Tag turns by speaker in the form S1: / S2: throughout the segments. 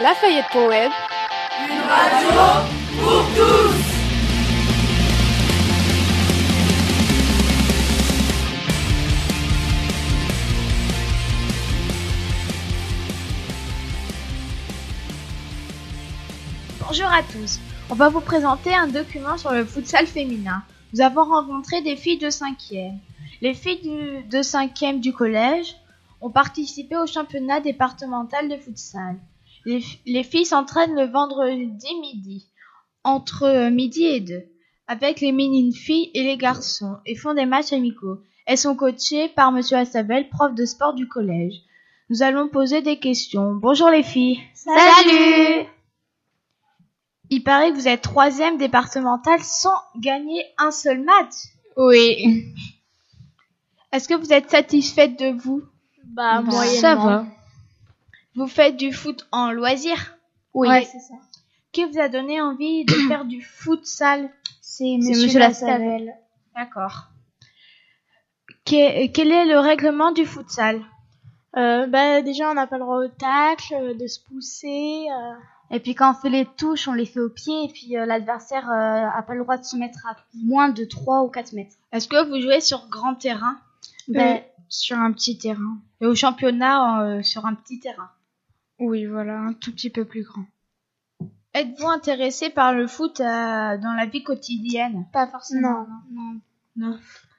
S1: La Fayette pour Web.
S2: Une radio pour tous.
S3: Bonjour à tous. On va vous présenter un document sur le futsal féminin. Nous avons rencontré des filles de 5e. Les filles du- de 5e du collège ont participé au championnat départemental de futsal. Les, fi- les filles s'entraînent le vendredi midi, entre euh, midi et 2, avec les mini filles et les garçons, et font des matchs amicaux. Elles sont coachées par Monsieur Assabel, prof de sport du collège. Nous allons poser des questions. Bonjour les filles. Salut il paraît que vous êtes troisième départemental sans gagner un seul match. Oui. Est-ce que vous êtes satisfaite de vous
S4: Bah, moyennement.
S3: Ça va. Vous faites du foot en loisir
S4: Oui.
S3: Ouais, c'est Qui vous a donné envie de faire du foot sale
S4: C'est
S3: C'est
S4: Monsieur,
S3: Monsieur
S4: Lassalle.
S3: D'accord. Que- euh, quel est le règlement du foot sale
S4: Euh, bah, déjà, on n'a pas le droit au tacle, euh, de se pousser. euh.
S5: Et puis quand on fait les touches, on les fait au pied et puis euh, l'adversaire euh, a pas le droit de se mettre à moins de 3 ou 4 mètres.
S3: Est-ce que vous jouez sur grand terrain
S4: Bah,
S3: Euh,
S5: Ben, sur un petit terrain.
S3: Et au championnat euh, sur un petit terrain
S5: Oui, voilà, un tout petit peu plus grand.
S3: Êtes-vous intéressé par le foot euh, dans la vie quotidienne
S5: Pas
S4: Non.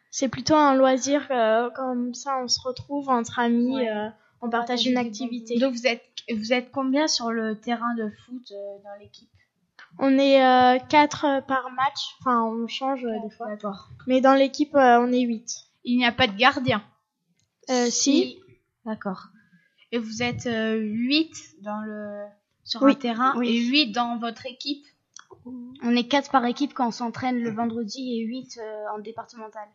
S4: C'est plutôt un loisir, euh, comme ça, on se retrouve entre amis, euh, on partage une activité.
S3: Donc vous êtes vous êtes combien sur le terrain de foot euh, dans l'équipe
S4: On est euh, quatre euh, par match, enfin, on change euh, des fois.
S3: D'accord.
S4: Mais dans l'équipe, euh, on est huit.
S3: Il n'y a pas de gardien.
S4: Euh, si.
S3: D'accord. Et vous êtes 8 dans le sur
S5: Oui,
S3: un terrain
S5: oui.
S3: et 8 dans votre équipe.
S5: On est 4 par équipe quand on s'entraîne le vendredi et 8 en départemental.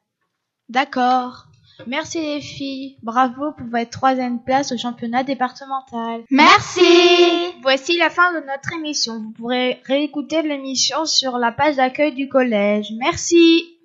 S3: D'accord. Merci les filles. Bravo pour votre troisième place au championnat départemental.
S5: Merci
S3: Voici la fin de notre émission. Vous pourrez réécouter l'émission sur la page d'accueil du collège. Merci.